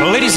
Ladies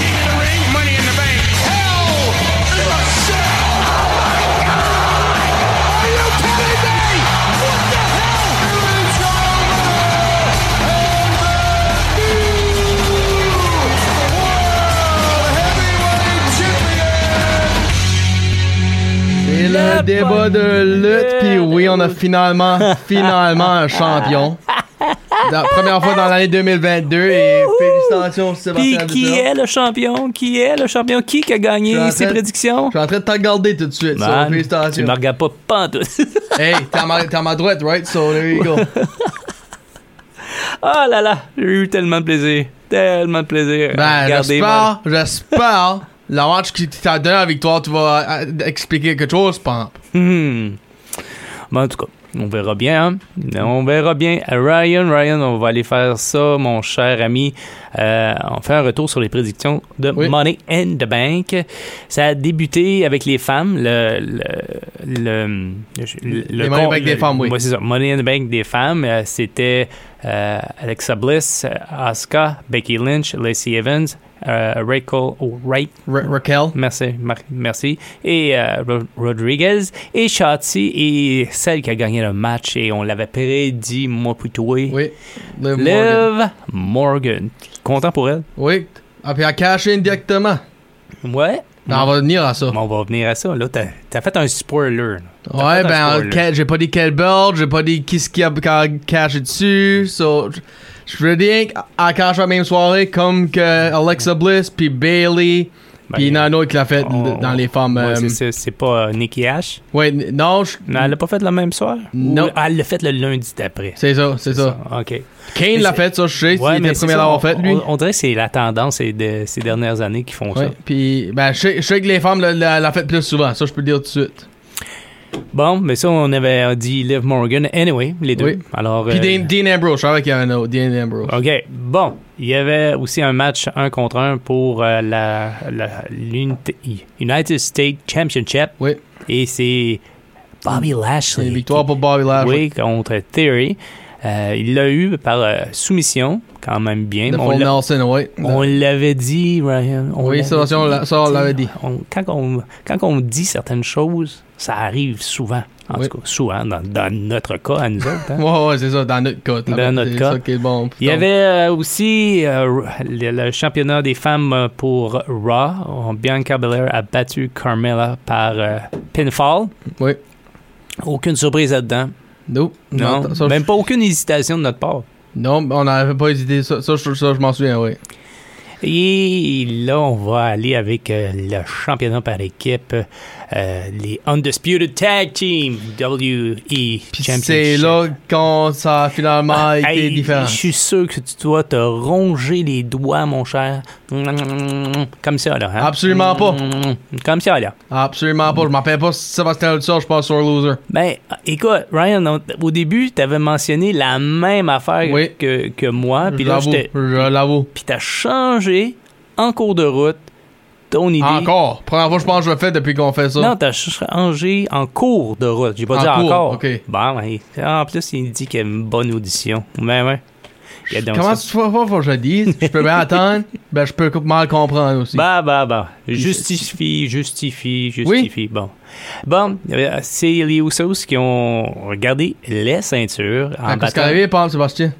King of the Ring, Money in the Bank. Hell in a Cell. Oh my God! Are you kidding me? What the hell? It's over. C'est le débat de lutte, puis oui, on a finalement, finalement un champion. La première fois dans l'année 2022, et félicitations Puis Sébastien qui Dutoit. est le champion? Qui est le champion? Qui qui a Je suis en gagné ses train- prédictions? Je suis en train de te regarder tout de suite, so, Man, tu félicitations. me regardes pas pantoute. Hey, t'es à, ma- t'es à ma droite, right? So, there you go. oh là là, j'ai eu tellement de plaisir. Tellement de plaisir. à Ben, regarder, man. j'espère, j'espère, la match qui t'a donné la victoire, tu vas euh, expliquer quelque chose, Pamp. Hmm. Bon, en tout cas, on verra bien. hein. On verra bien. Ryan, Ryan, on va aller faire ça, mon cher ami. Euh, on fait un retour sur les prédictions de Oui. Money in the Bank. Ça a débuté avec les femmes. Le, le, le, le- Les Money in the Bank des femmes, oui. c'est ça. Money in the Bank des femmes. euh, C'était euh, Alexa Bliss, euh, Asuka, Becky Lynch, Lacey Evans, euh, Raquel Wright. Ra- Raquel. Merci, Mar- merci. Et euh, Ro- Rodriguez et Shotzi et celle qui a gagné le match et on l'avait prédit moi plus tôt. Oui. Liv Morgan. Liv Morgan. Content pour elle? Oui. Ah, puis elle a caché indirectement. Ouais. Ben, On va venir à ça. Mais On va venir à ça. Là, t'as, t'as fait un spoiler. T'as Ouais, fait un ben, spoiler. quel- j'ai pas dit quel board, j'ai pas dit qui ce qui a ca- caché dessus. So, j- je veux dire qu'elle cache la même soirée comme que Alexa Bliss, puis Bailey, Ben, puis il y en a un autre qui l'a fait on- dans les femmes. ouais, euh, c'est, c'est- c'est pas euh, Nikki H. ouais, n- non, je- Non, elle l'a pas fait le même soir? Non. Ou elle l'a fait le lundi d'après. c'est ça, c'est ça. OK. Kane Mais l'a c'est- fait, ça, je sais, Ouais, il mais était le c'est premier à ça, l'avoir fait, on- lui. On, on dirait que c'est la tendance ces, de- ces dernières années qui font Ouais, ça. puis, ben, je sais, je sais que les femmes l'a- l'a l'a fait plus souvent, ça, je peux le dire tout de suite. Bon, mais ça, on avait dit Liv Morgan. Anyway, les deux. Oui. Alors, Puis euh, Dean, Dean Ambrose, je savais qu'il y en a un autre, Dean Ambrose. OK. Bon, il y avait aussi un match un contre un pour euh, la, la- l'Unité- United States Championship. Oui, Et c'est Bobby c'est Lashley. une victoire pour Bobby Lashley. Oui, contre Theory. Euh, il l'a eu par euh, soumission, quand même bien. De On Paul l'a- Nelson, ouais. on l'avait dit, Ryan. On Ben Oui, l'avait ça, ça, on l'a- ça, on l'avait dit. On- quand, on, quand on dit certaines choses, ça arrive souvent. En Oui. tout cas, souvent, dans, dans notre cas, à nous autres. hein. Ouais, ouais, c'est ça, dans notre cas. Dans notre cas. C'est ça qui est bon. Il y avait euh, aussi euh, le, le championnat des femmes euh, pour Raw. Bianca Belair a battu Carmella par euh, pinfall. Oui. Aucune surprise là-dedans. Non, Non, non, ça, même je- pas aucune hésitation de notre part. non, on n'avait pas hésité. Ça, ça, je- ça, je m'en souviens, oui. Et là, on va aller avec euh, le championnat par équipe, euh, les Undisputed Tag Team WE Puis Championship. Ah, c'est là quand ça a finalement été Hey, différent. Je suis sûr que tu dois te ronger les doigts, mon cher. Comme ça, là. hein? Absolument pas. Comme ça, là. Absolument pas. Je m'appelle pas Sébastien Lussard, je passe sur Loser. Ben, écoute, Ryan, on- au début, tu avais mentionné la même affaire Oui. que, que moi. Je Ah, Puis là, l'avoue. j'étais- Je l'avoue. puis t'as changé en cours de route ton idée. Encore. Première fois, je pense que je le fais depuis qu'on fait ça. Non, t'as changé en cours de route. J'ai pas En dit cours, encore. ok. Bon, ben, en plus, il dit qu'il y a une bonne audition. Ben, ouais. Regarde donc Comment ça. tu fais faut que je le dise? Je peux bien attendre. Ben, je peux mal comprendre aussi. Bah, bah, bah. Justifie, justifie, justifie. Bon. Bon, euh, c'est les Usos qui ont regardé les ceintures en Quand- Qu'est-ce qui est battant. arrivé, Paul Sébastien?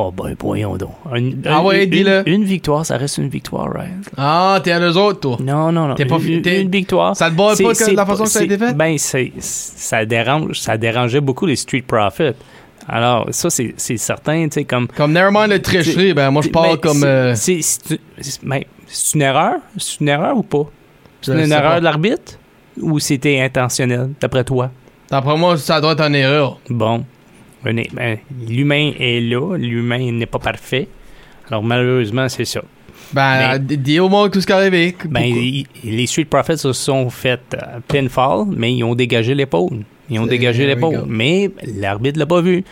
Oh, ben, voyons donc. Une, Ah une- ouais, une- dis-le. Une victoire, ça reste une victoire, right? Ah, t'es à nous autres, toi. Non, non, non. T'es pas- une, t'es- une victoire. ça te borde C'est- pas que c'est la façon que ça a c'est- été fait? Ben, c'est- ça, dérange, ça dérangeait beaucoup les Street Profits. Alors, ça, c'est c'est certain, tu sais, comme. Comme Nevermind le tricherie, ben, moi, je parle Mais comme. c'est- euh, C'est c'est- c'est- ben, c'est une erreur? C'est une erreur ou pas? je C'est une sais erreur pas. de l'arbitre ou c'était intentionnel, d'après toi? D'après moi, ça doit être une erreur. Bon, venez, ben, l'humain est là, l'humain n'est pas parfait. Alors malheureusement, c'est ça. Ben, Mais- d- dis au monde tout ce qui est arrivé. Ben, Pourquoi? il- il- les Street Profits se sont fait euh, pinfall, mais ils ont dégagé l'épaule. Ils ont C'est- dégagé there we go. l'épaule, mais l'arbitre l'a pas vu.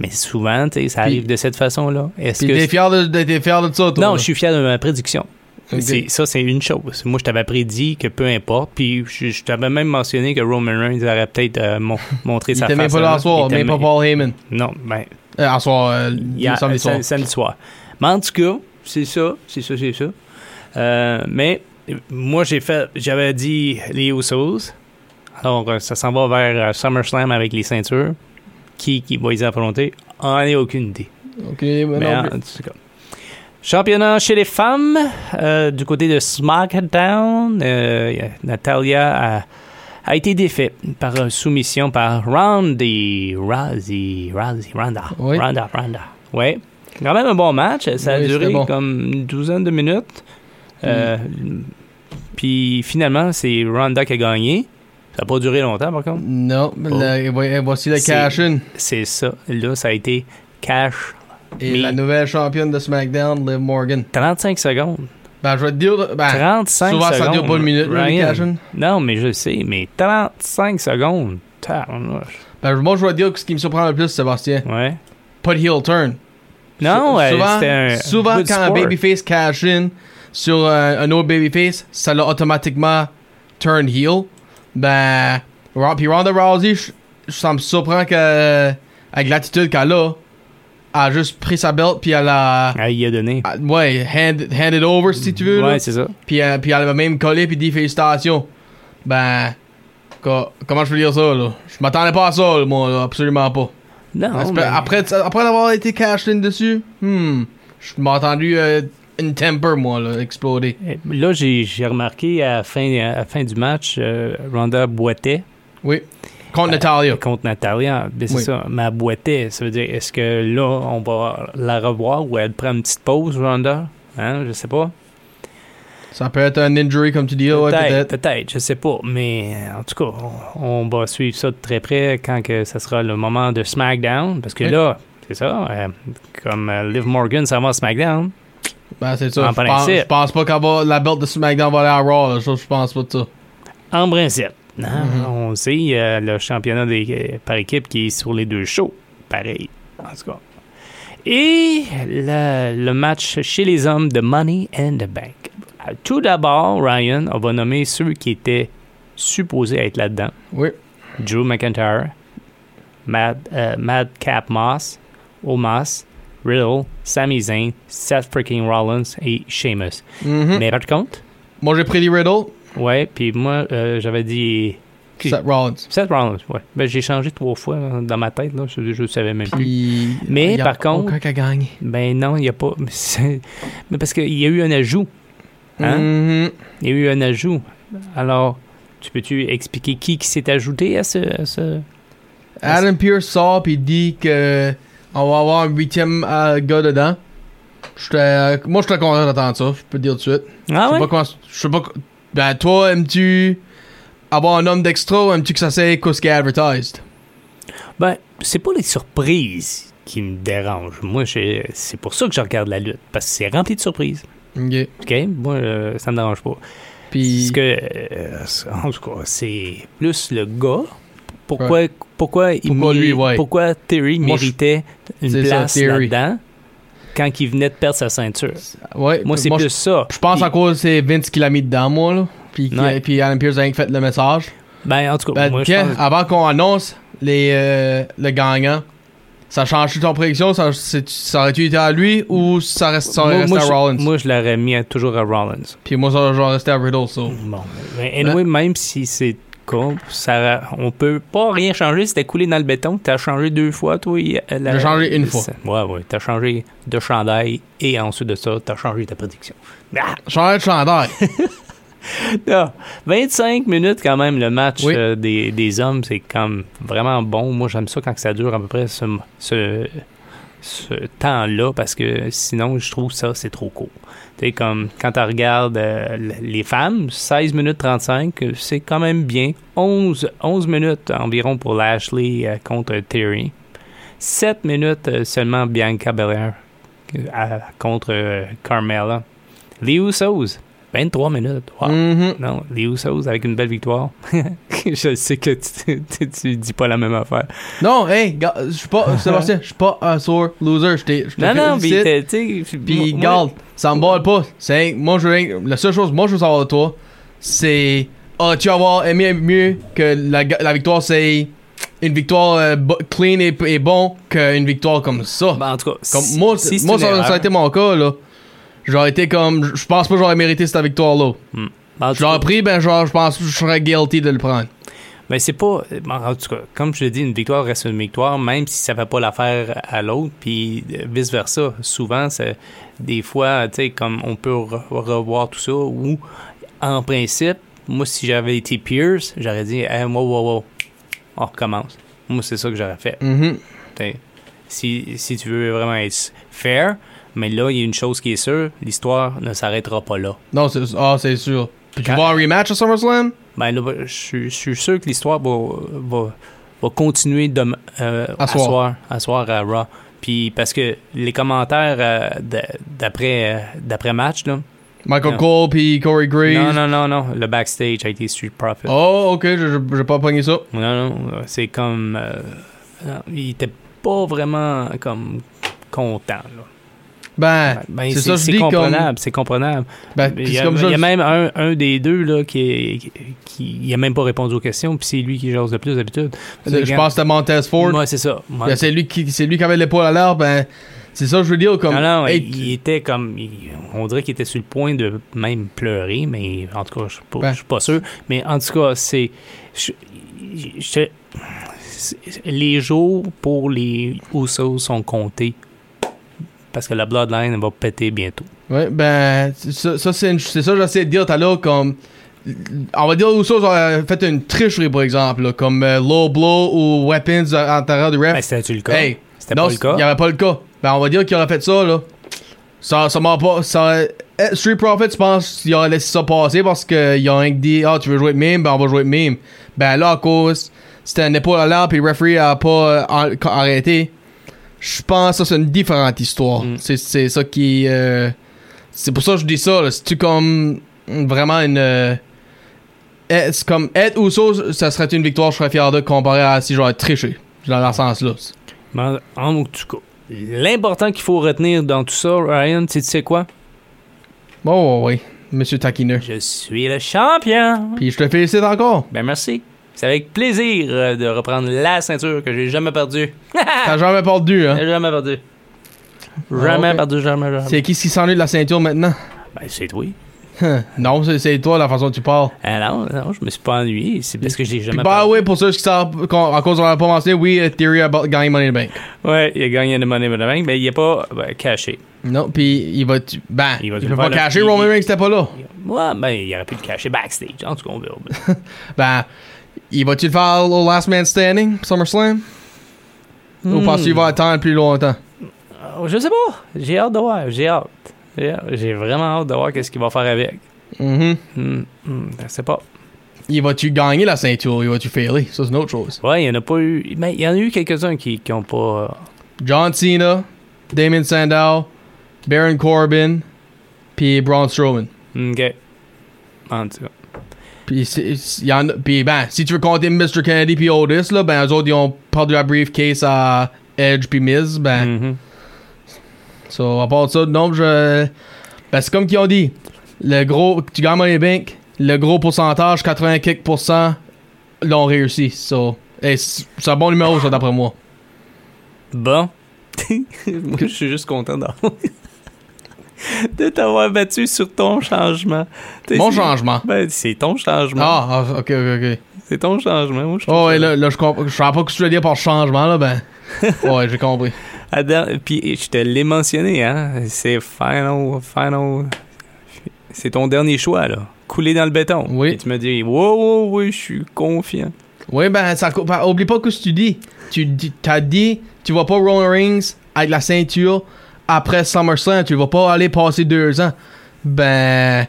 Mais souvent, tu sais, ça arrive de cette façon-là. Est-ce Puis que. t'es fier de, de- t'es fier de ça, toi? Non, là? je suis fier de ma prédiction. Ok. C'est- Ça, c'est une chose. Moi, je t'avais prédit que peu importe. Puis, je, je t'avais même mentionné que Roman Reigns aurait peut-être euh, mon- montré Il sa était face. même pas à là là. à soir, Il était même pas même- Paul Heyman. Non, ben, Euh, à soir, euh, il y a- samedi soir. sam- samedi soir. Mais en tout cas, c'est ça, c'est ça, c'est ça. Euh, mais euh, moi, j'ai fait, j'avais dit les Usos. Alors, euh, ça s'en va vers euh, SummerSlam avec les ceintures. Qui, qui va les affronter? On n'en a aucune idée. Ok, mais non, Mais euh, en- mais- en tout cas. Championnat chez les femmes, euh, du côté de SmackDown, euh, Natalia a, a été défaite par euh, soumission par Randy, Razzie, Razzie, Randa, Oui. Randa, Randa. Ouais. Quand même un bon match, ça a Oui, duré c'était bon. Mm. comme une douzaine de minutes. Euh, Puis finalement, c'est Randa qui a gagné. Ça n'a pas duré longtemps par contre. Non, mais Oh. la- vo- eh, voici le C'est- cash-in. C'est ça. Là, ça a été cash Et Mais- la nouvelle championne de SmackDown, Liv Morgan. 35 secondes. Ben, je vais te dire. Ben, 35 souvent, secondes. ça dure pas une minute, là, les Ryan. cash-in. Non, mais je sais, mais 35 secondes. Tabarnouche. Ben, moi, je vais te dire que ce qui me surprend le plus, Sébastien. Ouais. Pas de heel turn. Non, Sou- euh, souvent, c'était un. souvent good quand un sport. babyface cash in sur euh, un, un autre babyface, ça l'a automatiquement turn heel. Ben, Ron- puis Ronda Rousey, je- ça me surprend que, avec l'attitude qu'elle a, elle a juste pris sa belt puis elle a. Ah, il a donné. elle- Ouais, hand, hand it over si tu veux. là. ouais, c'est ça. Puis, euh, puis elle m'a même collé puis dit félicitations. Ben, co- comment je peux dire ça là? Je m'attendais pas à ça, là, moi, là, absolument Ah, pas. Non. Après, mais- après, après avoir été cash in dessus, hmm, je m'ai entendu euh, une temper, moi, là, exploder. Eh, Là, j'ai j'ai remarqué à la fin, à la fin du match, euh, Ronda boitait Oui. Ben, Contre Natalia. contre Natalia. Ben, c'est Oui. ça, mais elle boitait. Ça veut dire, est-ce que là, on va la revoir ou elle prend une petite pause, Ronda Hein, je sais pas. Ça peut être un injury, comme tu dis, ouais, Peut-être, peut-être. peut-être, je sais pas. Mais euh, en tout cas, on, on va suivre ça de très près quand que ça sera le moment de SmackDown. Parce que Oui. là, c'est ça, euh, comme euh, Liv Morgan s'en va à SmackDown. Ben, c'est ça. En Je pense, principe. je pense pas qu'elle va, la belt de SmackDown va aller à Raw, là, ça, je pense pas de ça. En principe, hein, on sait euh, le championnat des, euh, par équipe qui est sur les deux shows. Pareil, en tout cas. Et la- le match chez les hommes de Money and the Bank. Euh, Tout d'abord, Ryan, on va nommer ceux qui étaient supposés être là-dedans. Oui. Drew McIntyre, Mad, euh, Madcap Moss, Omas, Riddle, Sami Zayn, Seth freaking Rollins et Sheamus. Mhm. Mais par contre, Moi, j'ai pris les Riddle, ouais, puis moi, euh, j'avais dit Qui? Seth Rollins. Seth Rollins, ouais. Ben, j'ai changé trois fois hein, dans ma tête, là, je, je savais même plus. Puis, Mais, y a par contre- aucun qui a gagné. Ben non, il n'y a pas. c'est- Mais parce qu'il y a eu un ajout. Hein? Mhm. Il y a eu un ajout. Alors, tu peux-tu expliquer qui, qui s'est ajouté à ce. à ce- Adam Pierce sort puis dit que euh, on va avoir un huitième euh, gars dedans. J'étais- euh, moi, j'étais content d'entendre ça, je peux te dire tout de suite. Ah Je sais ouais? pas comment. Je sais pas. Ben, toi, aimes-tu avoir un homme d'extra ou aimes-tu que ça c'est qu'est-ce qui est advertised? Ben, c'est pas les surprises qui me dérangent. Moi, j'ai- c'est pour ça que je regarde la lutte, parce que c'est rempli de surprises. Ok. OK? Moi, euh, ça me dérange pas. Puis. Parce que, euh, c'est- en tout cas, c'est plus le gars. Pourquoi, pourquoi, il Pourquoi lui, mérite- ouais. pourquoi Terry Moi, je- méritait une C'est ça, place Theory. là-dedans quand il venait de perdre sa ceinture? ah Ouais. Moi, c'est je- plus ça. Je pense Puis- à cause c'est Vince qui l'a mis dedans, moi, là. Puis, qui- Ouais. puis Adam Pierce a rien que fait le message. Ben, en tout cas, Ben, moi, je tiens, pense- avant qu'on annonce les, euh, le gagnant, ça change ton prédiction Ça, c'est- ça aurait-tu été à lui ou ça, reste, ça aurait moi, resté moi, à je- Rollins? moi, je l'aurais mis à- toujours à Rollins. Puis moi, ça j'aurais resté à Riddle, ça. Bon, ben, anyway, même si c'est con, ça, on peut pas rien changer. C'était coulé dans le béton. T'as changé deux fois, toi. y- la- J'ai changé une fois. Ouais, ouais. T'as changé de chandail et ensuite de ça, t'as changé ta prédiction. Ah! Changer de chandail. Ah! 25 minutes quand même, le match Oui. euh, des, des hommes, c'est comme vraiment bon. Moi, j'aime ça quand que ça dure à peu près ce, ce, ce temps-là parce que sinon, je trouve ça, c'est trop court. Tu sais, comme quand tu regardes euh, les femmes, 16 minutes 35, euh, c'est quand même bien. 11, 11 minutes environ pour Lashley euh, contre Terry. 7 minutes euh, seulement Bianca Belair euh, à- contre euh, Carmella. Les Usos, 23 minutes. Wow. Mhm. Non, les Usos avec une belle victoire. je sais que tu, tu, tu dis pas la même affaire. Non, hey, gars, je suis pas, Sébastien, je suis pas un sore loser. Je t'ai. je te Non, non, pis félicite. t'es- tu sais. Puis, moi- garde, ça me balle pas. C'est moi, je veux- La seule chose, moi, je veux savoir de toi, c'est. Ah, tu vas avoir aimé mieux que la, ga- la victoire, c'est une victoire euh, bo- clean et, et bon qu'une victoire comme ça. Ben, en tout cas, comme si- moi, si c'est moi une ça, erreur- ça a été mon cas, là. J'aurais été comme. Je pense pas que j'aurais mérité cette victoire-là. ben, en tout Je l'aurais cas, pris, ben, genre, je pense que je serais guilty de le prendre. ben, c'est pas. ben, en tout cas, comme je l'ai dit, une victoire reste une victoire, même si ça fait pas l'affaire à l'autre, puis vice versa. Souvent, c'est des fois, tu sais, comme on peut re- revoir tout ça, ou en principe, moi, si j'avais été Pierce, j'aurais dit, hey, wow, wow, wow, on recommence. Moi, c'est ça que j'aurais fait. Mhm. T'sais, Ben, Si, si tu veux vraiment être fair, mais là, il y a une chose qui est sûre, l'histoire ne s'arrêtera pas là. Non, c'est ah, c'est sûr. Puis tu Quand- vas en rematch à SummerSlam? Ben là, ben, je suis- je suis sûr que l'histoire va, va, va continuer demain, euh, À à, soir. soir, à soir à Raw. Puis parce que les commentaires euh, d'a- d'après euh, d'après match là. Michael Non. Cole puis Corey Graves. Non non non non, le backstage a été Street Profit. Oh, ok, je- je- j'ai pas pogné ça. Non non, c'est comme euh, non, il était pas vraiment comme content. là. Ben, Ben, c'est ça, je c'est dis comme- comprenable, c'est comprenable. ben, Il c'est y a, comme il ça. y a même un, un des deux là, qui, est- qui il a même pas répondu aux questions, puis c'est lui qui jase le plus d'habitude. c'est- Je pense que c'était Montez Ford. Moi, c'est ça. Moi, Ben, c'est lui qui, c'est lui qui avait l'épaule à l'air. Ben, c'est ça, je veux dire comme. non, non, hey, il, il était comme. il- on dirait qu'il était sur le point de même pleurer, mais en tout cas, je suis pas, Ben. je suis pas sûr. Mais en tout cas, c'est. je- je- c'est- les jours pour les Usos sont comptés parce que la Bloodline va péter bientôt. Ouais, ben, ça, ça, c'est, une- c'est ça que j'essaie de dire tout à l'heure, comme. On va dire où ça, ont fait une tricherie, par exemple, là, comme euh, low blow ou weapons à à l'intérieur du ref. Ben, C'était-tu le cas? Hey, C'était non, pas le cas? il n'y avait pas le cas. Ben, on va dire qu'il aurait fait ça, là. Ça, ça m'a pas. Ça, Eh, Street Profit, je pense qu'il aurait laissé ça passer parce qu'il a rien que dit Ah, tu veux jouer avec Mime Ben, on va jouer avec Mime. Ben, là, à cause, c'était un épaule à l'air, puis le referee a pas euh, en- ca- arrêté. Je pense que ça, c'est une différente histoire. Mm. C'est, c'est ça qui. euh, c'est pour ça que je dis ça, là. C'est-tu comme. Vraiment une. euh, eh, c'est comme être ou ça, ça serait une victoire, je serais fier de comparé à si j'aurais triché. Dans le sens-là. Mais en- en tout cas, l'important qu'il faut retenir dans tout ça, Ryan, c'est tu sais quoi? Bon, oui, Monsieur Taquineux. Je suis le champion! Puis je te félicite encore. Ben merci. C'est avec plaisir euh, de reprendre la ceinture que j'ai jamais perdue. T'as jamais perdu, hein? J'ai Jamais perdue. Ah, Jamais ok. perdue, jamais, jamais. C'est qui ce qui s'ennuie de la ceinture maintenant? Ben c'est toi. Hein, non, c'est- c'est toi la façon dont tu parles. Alors, non, je me suis pas ennuyé. C'est parce que j'ai Puis jamais bah perdu. oui, pour ceux qui savent, qu'on- à cause on l'a pas mentionné, oui, euh, Theory about gagning Money in the Bank. Ouais, il a gagné le Money in the Bank, mais il n'est pas ben, caché. Non, puis il va... tu- Ben, Il va il te peut faire pas le- E cacher, il- Roman Reigns était pas là. Ouais, ben il aurait pu le cacher backstage. En tout cas, on verra. Ben, il va-tu le faire au Last Man Standing, SummerSlam? Ou Hmm. pense qu'il va attendre plus longtemps? Oh, Je sais pas. J'ai hâte de voir. J'ai hâte. J'ai hâte. J'ai vraiment hâte de voir qu'est-ce qu'il va faire avec. Mhm. Hmm, hmm, je sais pas. Il va-tu gagner la ceinture? Il va-tu failer? Ça, c'est une autre chose. Ouais, il y en a pas eu. Mais il y en a eu quelques-uns qui n'ont pas. euh, John Cena, Damon Sandow, Baron Corbin, puis Braun Strowman. euh, Ok. En tout cas. Puis, c'est- c'est- y en a- puis ben, si tu veux compter Mr. Kennedy puis Otis, là, ben, eux autres, ils ont perdu la briefcase à Edge puis Miz. Ben, Mhm. so, à part ça, non, je... Ben, c'est comme qu'ils ont dit. Le gros... Tu gagnes Money in the Bank, le gros pourcentage, 80 quelques pourcents, l'ont réussi. So, hey, c'est c'est un bon numéro, ça, d'après moi. Bon. Moi, je suis juste content d'avoir- de t'avoir battu sur ton changement. T'sais, Bon c'est- changement. Ben, c'est ton changement. Ah, ah, ok, ok, ok. C'est ton changement. Moi, je trouve Oh, ça- ouais, là, là je comprends. Je savais pas ce que tu voulais dire par changement, là, ben. ouais, j'ai compris. Adam, puis je te l'ai mentionné, hein. C'est final, final. C'est ton dernier choix, là. Couler dans le béton. Oui. Et tu me dis, wow, wow, oui, je suis confiant. Oui, ben, ça, co- ben, oublie pas ce que tu dis. Tu dis- t'as dit, tu vas pas Roller Rings avec la ceinture après SummerSlam, tu vas pas aller passer deux ans. Ben.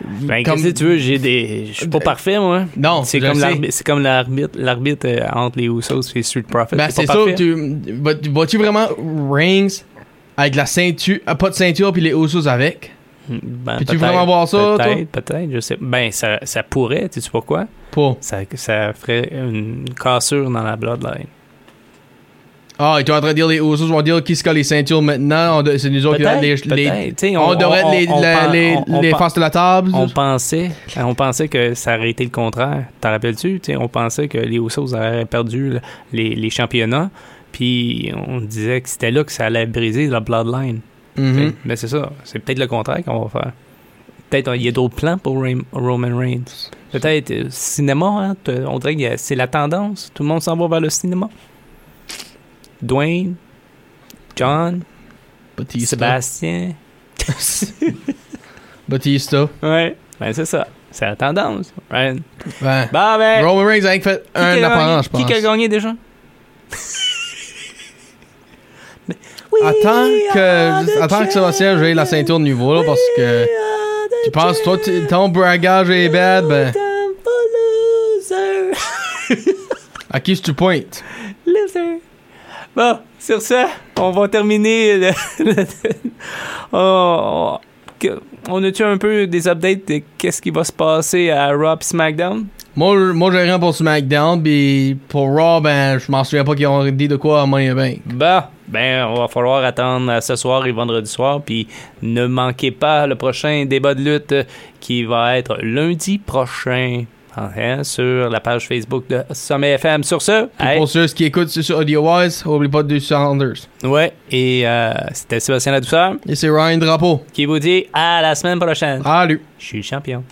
Ben, Comme- Ben, qu'est-ce que tu veux, j'ai des. Je suis pas parfait, moi. Non, C'est je comme sais. l'arbitre, c'est comme l'arbitre, l'arbitre euh, entre les Usos et Street Profit. Ben, c'est pas ça, parfait. tu. vas- Vas-tu vraiment Rings avec la ceinture, euh, pas de ceinture, puis les Usos avec Ben, Puis tu veux peut-être, vraiment voir ça, toi? Peut-être, peut-être, je sais. Ben, ça, ça pourrait, tu sais pourquoi? Pas. Ça, ça ferait une cassure dans la bloodline. Ah, ils étaient en train de dire les Usos vont dire qui se colle les ceintures maintenant. On de- C'est nous autres qui va les, Peut-être, les. peut-être. Tu sais, On, devrait être les, on- la- on- les, on- on- les faces de la table. On pensait, on pensait que ça aurait été le contraire. T'en rappelles-tu? Tu sais, On pensait que les Usos auraient perdu le- les, les championnats, puis on disait que c'était là que ça allait briser la bloodline. Mhm. tu sais. Mais c'est ça, c'est peut-être le contraire qu'on va faire. Peut-être euh, il y a d'autres plans pour Raym- Roman Reigns. Peut-être euh, cinéma, hein, t- on dirait que euh, c'est la tendance. Tout le monde s'en va vers le cinéma. Dwayne, John, Batista. Sébastien. Batista. Ouais. Ben c'est ça. C'est la tendance. Right? Ouais. Bon, ben. Roman Reigns a rien que fait qui qui un a apparent, gagné- je pense. Qui qui a gagné déjà? oui, Attends que, ah, attends que Sébastien j'ai la ceinture de nouveau, là, parce que tu ah, penses, toi, t- ton bragage est bad, ben, I'm a loser. à qui est-ce que tu pointes? Loser. Bon, sur ça, on va terminer. le- le- on, on- que- on a-tu un peu des updates de qu'est-ce qui va se passer à Raw pis SmackDown? Moi, je- moi, j'ai rien pour SmackDown, pis pour Raw, ben, je m'en souviens pas qu'ils ont dit de quoi à Money in the Bank. Bon, ben, on va falloir attendre à ce soir et vendredi soir. Puis ne manquez pas le prochain débat de lutte euh, qui va être lundi prochain hein, sur la page Facebook de Sommet FM. Sur ce, Pis hey, pour ceux qui écoutent sur AudioWise, oublie pas de Sanders. ouais, et euh, c'était Sébastien Ladouceur Et c'est Ryan Drapeau. Ah. qui vous dit à la semaine prochaine. Salut! Je suis champion.